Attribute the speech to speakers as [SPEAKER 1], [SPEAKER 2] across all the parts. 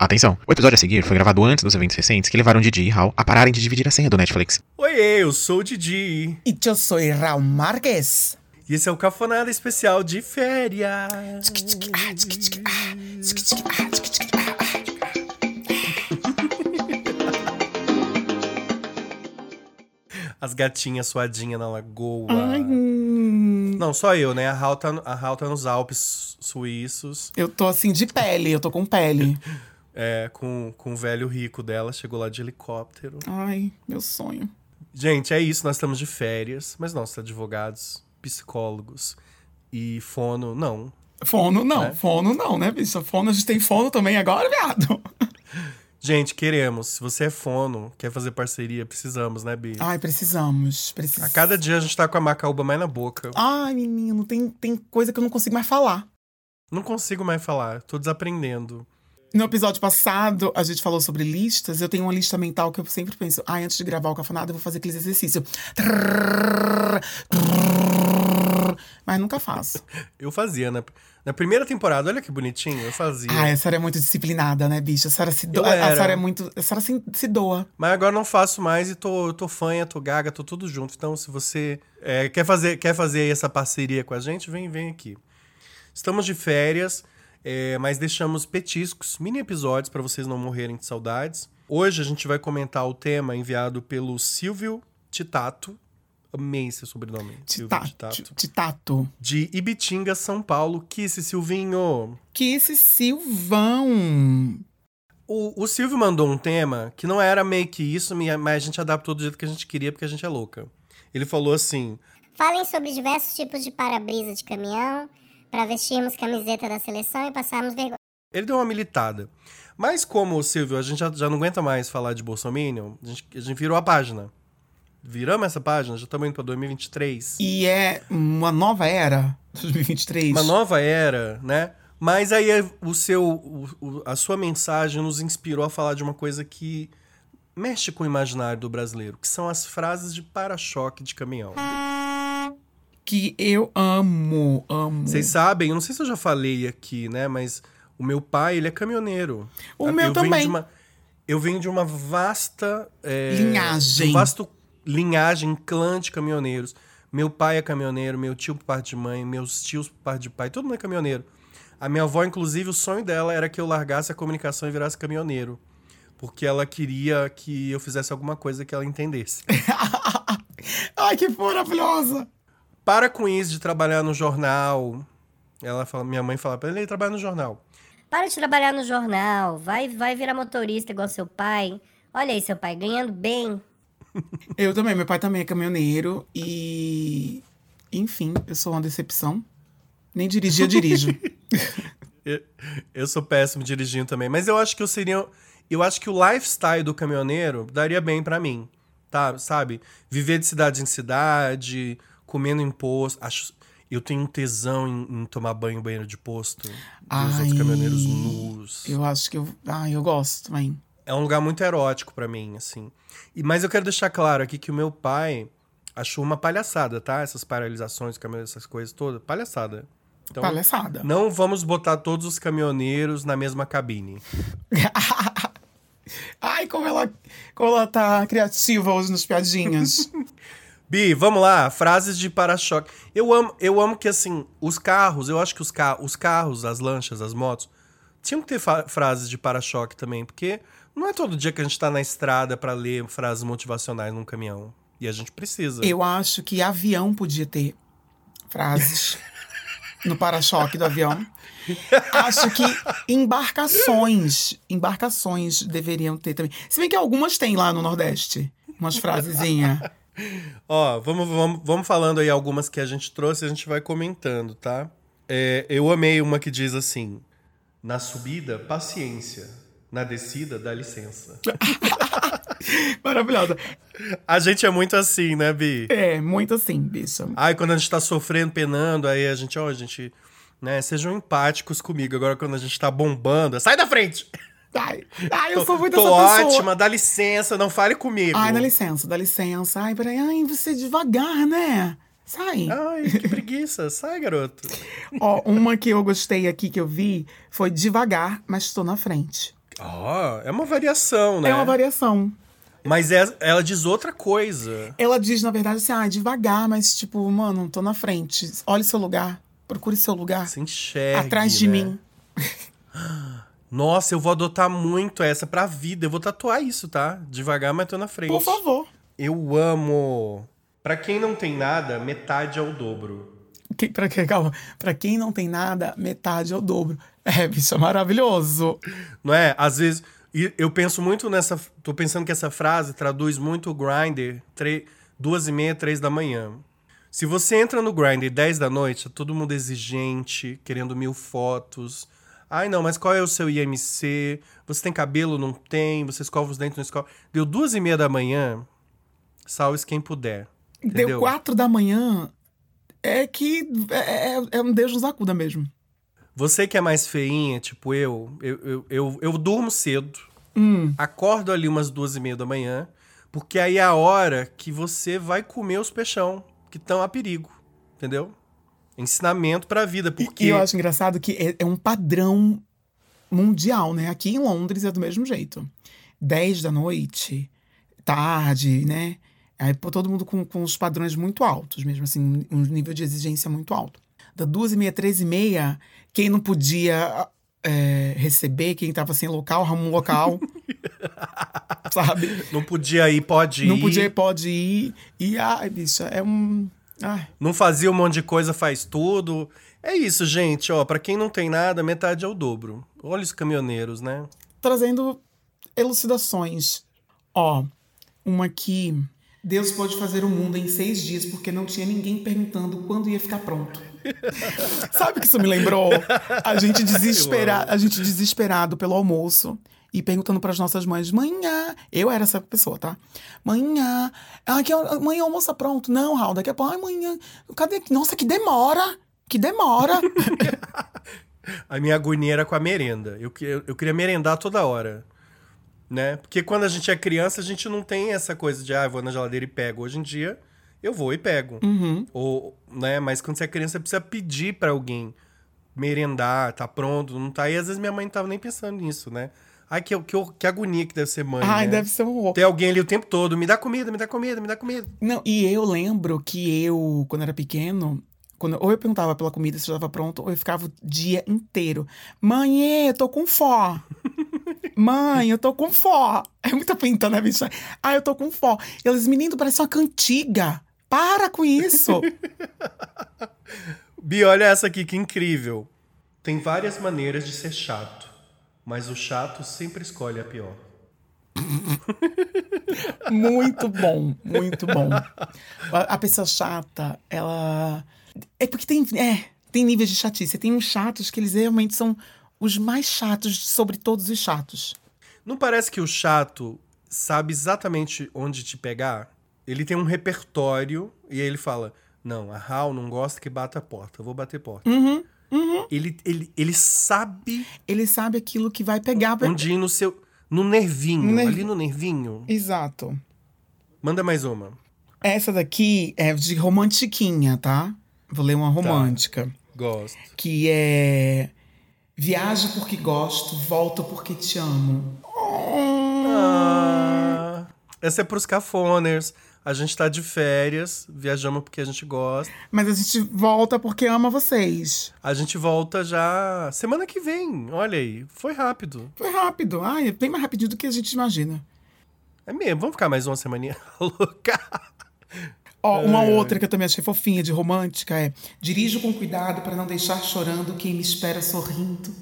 [SPEAKER 1] Atenção, o episódio a seguir foi gravado antes dos eventos recentes que levaram Didi e Hal a pararem de dividir a senha do Netflix.
[SPEAKER 2] Oiê, eu sou o Didi.
[SPEAKER 3] E eu sou Raul Marques.
[SPEAKER 2] E esse é o Cafonada Especial de Férias. As gatinhas suadinhas na lagoa. Não, só eu, né? A Hal tá, a Hal tá nos Alpes suíços.
[SPEAKER 3] Eu tô assim de pele, eu tô com pele.
[SPEAKER 2] É, com, com o velho rico dela, chegou lá de helicóptero.
[SPEAKER 3] Ai, meu sonho.
[SPEAKER 2] Gente, é isso, nós estamos de férias, mas nós, advogados, psicólogos e fono, não.
[SPEAKER 3] Fono não,
[SPEAKER 2] É.
[SPEAKER 3] fono não, né, bicha? Fono, a gente tem fono também agora, viado.
[SPEAKER 2] Gente, queremos. Se você é fono, quer fazer parceria, precisamos, né, Bi?
[SPEAKER 3] Ai, precisamos,
[SPEAKER 2] A
[SPEAKER 3] precisamos.
[SPEAKER 2] cada dia a gente tá com a macaúba mais na boca.
[SPEAKER 3] Ai, menino, tem, tem coisa que eu não consigo mais falar.
[SPEAKER 2] Não consigo mais falar, tô desaprendendo.
[SPEAKER 3] No episódio passado, a gente falou sobre listas. Eu tenho uma lista mental que eu sempre penso. Ai, antes de gravar o cafonado, eu vou fazer aquele exercício. Trrr, trrr. Mas nunca faço.
[SPEAKER 2] Eu fazia na, na primeira temporada, olha que bonitinho, eu fazia.
[SPEAKER 3] Ai, a senhora é muito disciplinada, né, bicha? A senhora se doa.
[SPEAKER 2] era.
[SPEAKER 3] A senhora é muito. A senhora se, se doa.
[SPEAKER 2] Mas agora não faço mais e tô, tô fanha, tô gaga, tô tudo junto. Então, se você é, quer, fazer, quer fazer essa parceria com a gente, vem, vem aqui. Estamos de férias, é, mas deixamos petiscos, mini episódios para vocês não morrerem de saudades. Hoje a gente vai comentar o tema enviado pelo Silvio Titato. Amei esse sobrenome.
[SPEAKER 3] De
[SPEAKER 2] Silvio
[SPEAKER 3] tato. De tato.
[SPEAKER 2] De Ibitinga, São Paulo. Kisse, Silvinho.
[SPEAKER 3] Que esse Silvão.
[SPEAKER 2] O, o Silvio mandou um tema que não era meio que isso, minha- mas a gente adaptou do jeito que a gente queria, porque a gente é louca. Ele falou assim:
[SPEAKER 4] Falem sobre diversos tipos de para-brisa de caminhão, para vestirmos camiseta da seleção e passarmos vergonha.
[SPEAKER 2] ele deu uma militada. Mas como, Silvio, a gente já, já não aguenta mais falar de Bolsonaro, a gente, a gente virou a página. Viramos essa página, já estamos indo para 2023.
[SPEAKER 3] E é uma nova era, 2023.
[SPEAKER 2] Uma nova era, né? Mas aí o seu, o- o- a sua mensagem nos inspirou a falar de uma coisa que mexe com o imaginário do brasileiro, que são as frases de para-choque de caminhão.
[SPEAKER 3] Que eu amo, amo.
[SPEAKER 2] Vocês sabem, eu não sei se eu já falei aqui, né? Mas o meu pai, ele é caminhoneiro.
[SPEAKER 3] O
[SPEAKER 2] Eu
[SPEAKER 3] meu
[SPEAKER 2] venho
[SPEAKER 3] também.
[SPEAKER 2] de uma- eu venho de uma vasta... é,
[SPEAKER 3] Linhagem.
[SPEAKER 2] Um vasto linhagem, clã de caminhoneiros. Meu pai é caminhoneiro, meu tio por parte de mãe, meus tios por parte de pai, todo mundo é caminhoneiro. A minha avó, inclusive, o sonho dela era que eu largasse a comunicação e virasse caminhoneiro. Porque ela queria que eu fizesse alguma coisa que ela entendesse.
[SPEAKER 3] Ai, que maravilhosa!
[SPEAKER 2] Para com isso de trabalhar no jornal. Ela fala, minha mãe fala pra ele, ele trabalha no jornal.
[SPEAKER 4] Para de trabalhar no jornal, vai, vai virar motorista igual seu pai. Olha aí, seu pai, ganhando bem.
[SPEAKER 3] Eu também, meu pai também é caminhoneiro e. Enfim, eu sou uma decepção. Nem dirigir, eu dirijo.
[SPEAKER 2] Eu sou péssimo dirigindo também, mas eu acho que eu seria. Eu acho que o lifestyle do caminhoneiro daria bem pra mim, tá? Sabe? Viver de cidade em cidade, comendo em posto. Acho, eu tenho um tesão em, em tomar banho em banheiro de posto. Dos
[SPEAKER 3] Ai.
[SPEAKER 2] outros caminhoneiros nus.
[SPEAKER 3] eu acho que eu. Ai, eu gosto também.
[SPEAKER 2] É um lugar muito erótico pra mim, assim. E, mas eu quero deixar claro aqui que o meu pai achou uma palhaçada, tá? Essas paralisações, caminhões, essas coisas todas. Palhaçada. Então,
[SPEAKER 3] Palhaçada.
[SPEAKER 2] não vamos botar todos os caminhoneiros na mesma cabine.
[SPEAKER 3] Ai, como ela, como ela tá criativa hoje nos piadinhas.
[SPEAKER 2] Bi, vamos lá, frases de para-choque. Eu amo, eu amo que assim, os carros, eu acho que os, ca os carros, as lanchas, as motos, tinham que ter fa- frases de para-choque também, porque não é todo dia que a gente tá na estrada pra ler frases motivacionais num caminhão. E a gente precisa.
[SPEAKER 3] eu acho que avião podia ter frases no para-choque do avião. Acho que embarcações, embarcações deveriam ter também. Se bem que algumas tem lá no Nordeste, umas frasezinhas.
[SPEAKER 2] Ó, vamos, vamos, vamos falando aí algumas que a gente trouxe e a gente vai comentando, tá? É, eu amei uma que diz assim: Na subida, paciência. Na descida, dá licença.
[SPEAKER 3] Maravilhosa.
[SPEAKER 2] a gente é muito assim, né, Bi?
[SPEAKER 3] É, muito assim, bicha.
[SPEAKER 2] Ai, quando a gente tá sofrendo, penando, aí a gente, ó, gente, né, sejam empáticos comigo. Agora, quando a gente tá bombando, sai da frente!
[SPEAKER 3] Ai, ai eu sou muito
[SPEAKER 2] Tô
[SPEAKER 3] essa pessoa.
[SPEAKER 2] ótima, dá licença, não fale comigo.
[SPEAKER 3] Ai, dá licença, dá licença. Ai, peraí. Ai, você devagar, né? Sai.
[SPEAKER 2] Ai, que preguiça, sai, garoto.
[SPEAKER 3] Ó, uma que eu gostei aqui que eu vi foi devagar, mas estou na frente.
[SPEAKER 2] Ó, é uma variação, né?
[SPEAKER 3] É uma variação.
[SPEAKER 2] Mas é- ela diz outra coisa.
[SPEAKER 3] Ela diz, na verdade, assim, ah, devagar, mas tipo, mano, tô na frente. Olhe seu lugar. Procure seu lugar.
[SPEAKER 2] Se enxerga.
[SPEAKER 3] atrás de mim.
[SPEAKER 2] Nossa, eu vou adotar muito essa pra vida. Eu vou tatuar isso, tá? Devagar, mas tô na frente.
[SPEAKER 3] Por favor.
[SPEAKER 2] Eu amo. Pra quem não tem nada, metade é o dobro.
[SPEAKER 3] Que, pra, que, calma. pra quem não tem nada, metade é o dobro. É, bicho, é maravilhoso.
[SPEAKER 2] Não é? Às vezes. e Eu penso muito nessa. Tô pensando que essa frase traduz muito o grinder, tre- duas e meia, três da manhã. Se você entra no grinder 10 da noite, é todo mundo exigente, querendo mil fotos. Ai, não, mas qual é o seu IMC? Você tem cabelo? Não tem? Você escova os dentes? Não escova? Deu duas e meia da manhã, salve quem puder. Entendeu?
[SPEAKER 3] Deu quatro da manhã. É que é, é- é um Deus nos acuda mesmo.
[SPEAKER 2] Você que é mais feinha, tipo eu, eu, eu, eu, eu durmo cedo,
[SPEAKER 3] Hum.
[SPEAKER 2] acordo ali umas duas e meia da manhã, porque aí é a hora que você vai comer os peixão, que estão a perigo, entendeu? Ensinamento pra vida,
[SPEAKER 3] E-
[SPEAKER 2] porque...
[SPEAKER 3] E eu acho engraçado que é, é um padrão mundial, né? Aqui em Londres é do mesmo jeito. 10 da noite, tarde, né? Aí pô, todo mundo com, com os padrões muito altos, mesmo assim, um- um nível de exigência muito alto. Da 2 e meia, 3 e meia, quem não podia é, receber, quem tava sem local, arruma um local. sabe?
[SPEAKER 2] Não podia ir, pode ir.
[SPEAKER 3] Não podia, pode ir. E, ai, bicha, é um. Ai,
[SPEAKER 2] Não fazia um monte de coisa, faz tudo. É isso, gente, ó, pra quem não tem nada, metade é o dobro. Olha os caminhoneiros, né?
[SPEAKER 3] trazendo elucidações. Ó, uma aqui. Deus pode fazer o mundo em seis dias porque não tinha ninguém perguntando quando ia ficar pronto. Sabe o que isso me lembrou? A gente desesperado, a gente desesperado pelo almoço e perguntando para as nossas mães: "Manhã, eu era essa pessoa, tá? Manhã, ah, que hora- amanhã o almoço tá pronto? Não, Raul, daqui a pouco, ai, manhã. Cadê? Nossa, que demora! Que demora!"
[SPEAKER 2] A minha agonia era com a merenda. Eu, que- eu, eu queria merendar toda hora. Né? Porque quando a gente é criança, a gente não tem essa coisa de, ah, eu vou na geladeira e pego. Hoje em dia, eu vou e pego.
[SPEAKER 3] uhum.
[SPEAKER 2] Ou, né? Mas quando você é criança, você precisa pedir pra alguém merendar, tá pronto, não tá. E às vezes minha mãe não tava nem pensando nisso, né? Ai, que, que, que agonia que deve ser mãe.
[SPEAKER 3] Ai,
[SPEAKER 2] né?
[SPEAKER 3] deve ser um horror.
[SPEAKER 2] Tem alguém ali o tempo todo, me dá comida, me dá comida, me dá comida.
[SPEAKER 3] Não, e eu lembro que eu, quando era pequeno, quando, ou eu perguntava pela comida se já estava pronto, ou eu ficava o dia inteiro. Mãe, eu tô com fó. Mãe, eu tô com fó. É muita pinta, né, bicha? Ah, eu tô com fó. E eles, menino, parece uma cantiga. Para com isso.
[SPEAKER 2] Bi, olha essa aqui, que incrível. Tem várias maneiras de ser chato, mas o chato sempre escolhe a pior.
[SPEAKER 3] muito bom, muito bom. A, a pessoa chata, ela. É porque tem. É, tem níveis de chatice. Tem uns chatos que eles realmente são os mais chatos sobre todos os chatos.
[SPEAKER 2] Não parece que o chato sabe exatamente onde te pegar? Ele tem um repertório e aí ele fala: Não, a Hal não gosta que bata a porta, eu vou bater porta.
[SPEAKER 3] Uhum.
[SPEAKER 2] Ele, ele, ele sabe
[SPEAKER 3] ele sabe aquilo que vai pegar. pra-
[SPEAKER 2] onde ir no seu. No nervinho,
[SPEAKER 3] É No nervi-
[SPEAKER 2] ali no nervinho.
[SPEAKER 3] Exato.
[SPEAKER 2] Manda mais uma.
[SPEAKER 3] Essa daqui é de romantiquinha, tá? Vou ler uma romântica.
[SPEAKER 2] Gosto.
[SPEAKER 3] Que é. Viajo porque gosto, volto porque te amo.
[SPEAKER 2] Ah, essa é pros cafoners. A gente tá de férias, viajamos porque a gente gosta.
[SPEAKER 3] Mas a gente volta porque ama vocês.
[SPEAKER 2] A gente volta já semana que vem. Olha aí, foi rápido.
[SPEAKER 3] Foi rápido. Ai, é bem mais rapidinho do que a gente imagina.
[SPEAKER 2] É mesmo, vamos ficar mais uma semaninha louca.
[SPEAKER 3] Ó, uma
[SPEAKER 2] Ai, ai.
[SPEAKER 3] outra que eu também achei fofinha de romântica é: Dirijo com cuidado para não deixar chorando quem me espera sorrindo.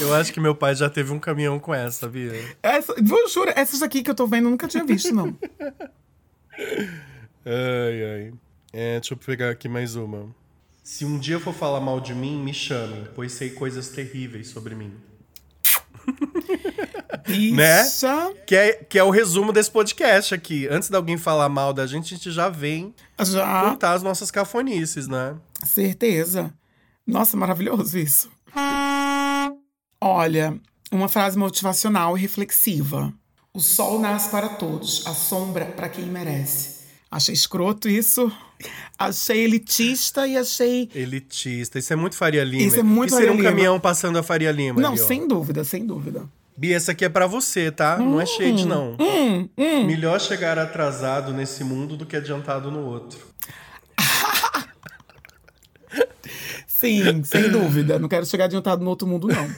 [SPEAKER 2] Eu acho que meu pai já teve um caminhão com essa, Bia.
[SPEAKER 3] Essa, eu juro, essas aqui que eu tô vendo eu nunca tinha visto, não.
[SPEAKER 2] Ai, ai. É, deixa eu pegar aqui mais uma. Se um dia for falar mal de mim, me chame, pois sei coisas terríveis sobre mim. Né?
[SPEAKER 3] Bicha.
[SPEAKER 2] Que é, que é o resumo desse podcast aqui. Antes de alguém falar mal da gente, a gente já vem
[SPEAKER 3] Já.
[SPEAKER 2] contar as nossas cafonices, né?
[SPEAKER 3] Certeza. Nossa, maravilhoso isso. Olha, uma frase motivacional e reflexiva. O sol nasce para todos, a sombra para quem merece. Achei escroto isso. Achei elitista e achei.
[SPEAKER 2] Elitista. Isso é muito Faria Lima.
[SPEAKER 3] Isso é muito
[SPEAKER 2] Isso seria
[SPEAKER 3] Faria
[SPEAKER 2] um
[SPEAKER 3] Lima.
[SPEAKER 2] caminhão passando a Faria Lima.
[SPEAKER 3] Não,
[SPEAKER 2] ali, ó.
[SPEAKER 3] sem dúvida, sem dúvida.
[SPEAKER 2] Bia, essa aqui é pra você, tá? Não é shade, não.
[SPEAKER 3] Hum, hum.
[SPEAKER 2] Melhor chegar atrasado nesse mundo do que adiantado no outro.
[SPEAKER 3] Sim, sem dúvida. Não quero chegar adiantado no outro mundo, não.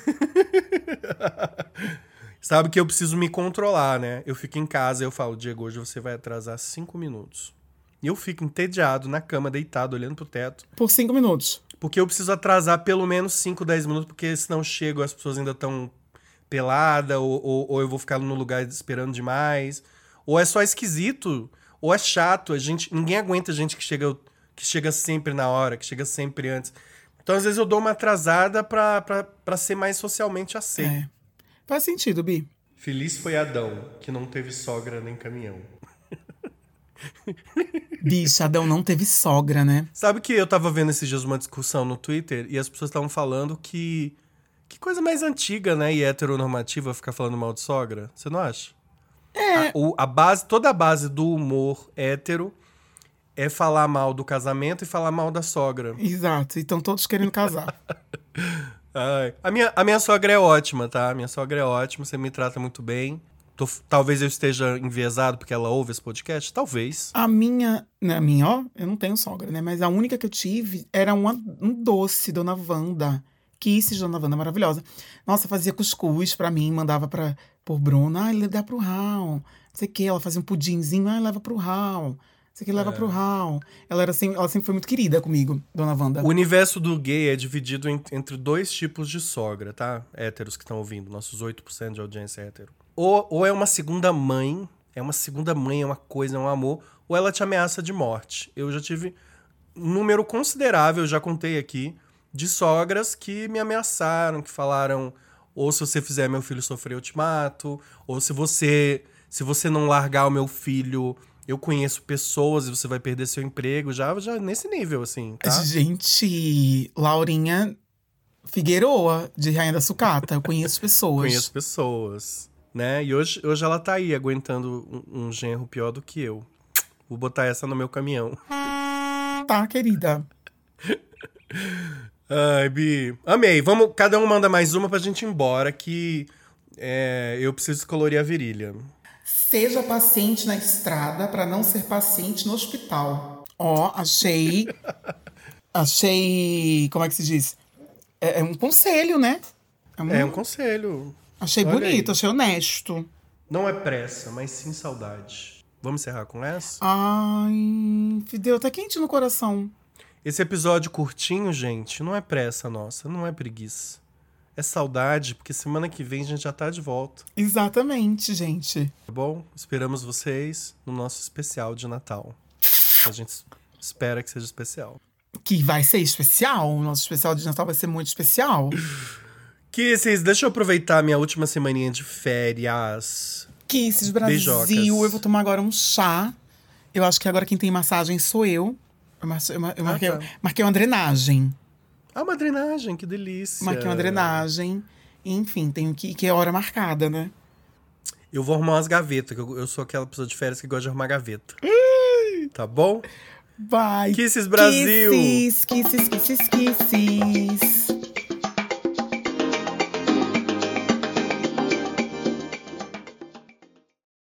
[SPEAKER 2] Sabe que eu preciso me controlar, né? Eu fico em casa e eu falo, Diego, hoje você vai atrasar cinco minutos. E eu fico entediado na cama, deitado, olhando pro teto.
[SPEAKER 3] Por cinco minutos.
[SPEAKER 2] Porque eu preciso atrasar pelo menos 5, 10 minutos, porque senão eu chego, as pessoas ainda estão pelada, ou, ou, ou eu vou ficar no lugar esperando demais. Ou é só esquisito, ou é chato. A gente, ninguém aguenta gente que chega, que chega sempre na hora, que chega sempre antes. Então, às vezes, eu dou uma atrasada pra, pra, pra ser mais socialmente aceito.
[SPEAKER 3] É. Faz sentido, Bi.
[SPEAKER 2] Feliz foi Adão, que não teve sogra nem caminhão.
[SPEAKER 3] Bicha, Adão não teve sogra, né?
[SPEAKER 2] Sabe que eu tava vendo esses dias uma discussão no Twitter e as pessoas estavam falando que. Que coisa mais antiga, né? E heteronormativa ficar falando mal de sogra. Você não acha? É. A, o- a base, toda a base do humor hétero é falar mal do casamento e falar mal da sogra.
[SPEAKER 3] Exato. E estão todos querendo casar.
[SPEAKER 2] Ai. A, minha, a minha sogra é ótima, tá? A minha sogra é ótima, você me trata muito bem. Tô f- talvez eu esteja enviesado porque ela ouve esse podcast. Talvez.
[SPEAKER 3] A minha. Né, a minha, ó, eu não tenho sogra, né? Mas a única que eu tive era uma, um doce, Dona Wanda. Kisses, Dona Wanda, maravilhosa. Nossa, fazia cuscuz pra mim, mandava pra, por Bruna. Ai, dá pro Raul. Não sei o quê. Ela fazia um pudinzinho. Ai, leva pro Raul. Não sei o que,
[SPEAKER 2] É.
[SPEAKER 3] leva pro Raul. Ela, era sempre, ela sempre foi muito querida comigo, Dona Wanda.
[SPEAKER 2] O universo do gay é dividido en- entre dois tipos de sogra, tá? Héteros que estão ouvindo, nossos 8% de audiência é hétero. Ou, ou é uma segunda mãe, é uma segunda mãe, é uma coisa, é um amor, ou ela te ameaça de morte. Eu já tive um número considerável, já contei aqui, de sogras que me ameaçaram, que falaram: ou se você fizer meu filho sofrer, eu te mato, ou se você se você não largar o meu filho. Eu conheço pessoas e você vai perder seu emprego, já, já nesse nível, assim, tá?
[SPEAKER 3] Gente, Laurinha Figueroa, de Rainha da Sucata. Eu conheço pessoas.
[SPEAKER 2] Conheço pessoas, né? E hoje, hoje ela tá aí aguentando um, um genro pior do que eu. Vou botar essa no meu caminhão.
[SPEAKER 3] Tá, querida.
[SPEAKER 2] Ai, Bi. Amei. Vamos, cada um manda mais uma pra gente ir embora, que é, eu preciso colorir a virilha.
[SPEAKER 3] Seja paciente na estrada para não ser paciente no hospital. Ó, achei. achei. Como é que se diz? É, é um conselho, né? É um-
[SPEAKER 2] É um conselho.
[SPEAKER 3] achei
[SPEAKER 2] olha
[SPEAKER 3] bonito,
[SPEAKER 2] aí.
[SPEAKER 3] achei honesto.
[SPEAKER 2] Não é pressa, mas sim saudade. Vamos encerrar com essa?
[SPEAKER 3] Ai, fideu, tá quente no coração.
[SPEAKER 2] Esse episódio curtinho, gente, não é pressa nossa, não é preguiça. É saudade, porque semana que vem a gente já tá de volta.
[SPEAKER 3] Exatamente, gente.
[SPEAKER 2] Tá bom? Esperamos vocês no nosso especial de Natal. A gente s- espera que seja especial.
[SPEAKER 3] Que vai ser especial. O nosso especial de Natal vai ser muito especial.
[SPEAKER 2] Kisses, deixa eu aproveitar minha última semaninha de férias.
[SPEAKER 3] Kisses Brasil,
[SPEAKER 2] Beijocas.
[SPEAKER 3] eu vou tomar agora um chá. Eu acho que agora quem tem massagem sou eu. Eu, mar- eu mar- eu marquei,
[SPEAKER 2] tá.
[SPEAKER 3] marquei uma drenagem.
[SPEAKER 2] Ah, uma drenagem, que delícia.
[SPEAKER 3] Marquei uma drenagem. Enfim, tenho que. Que é hora marcada, né?
[SPEAKER 2] Eu vou arrumar umas gavetas, que eu, eu sou aquela pessoa de férias que gosta de arrumar gaveta. tá bom?
[SPEAKER 3] Vai!
[SPEAKER 2] Kisses Brasil!
[SPEAKER 3] Kisses, kisses, kisses, kisses.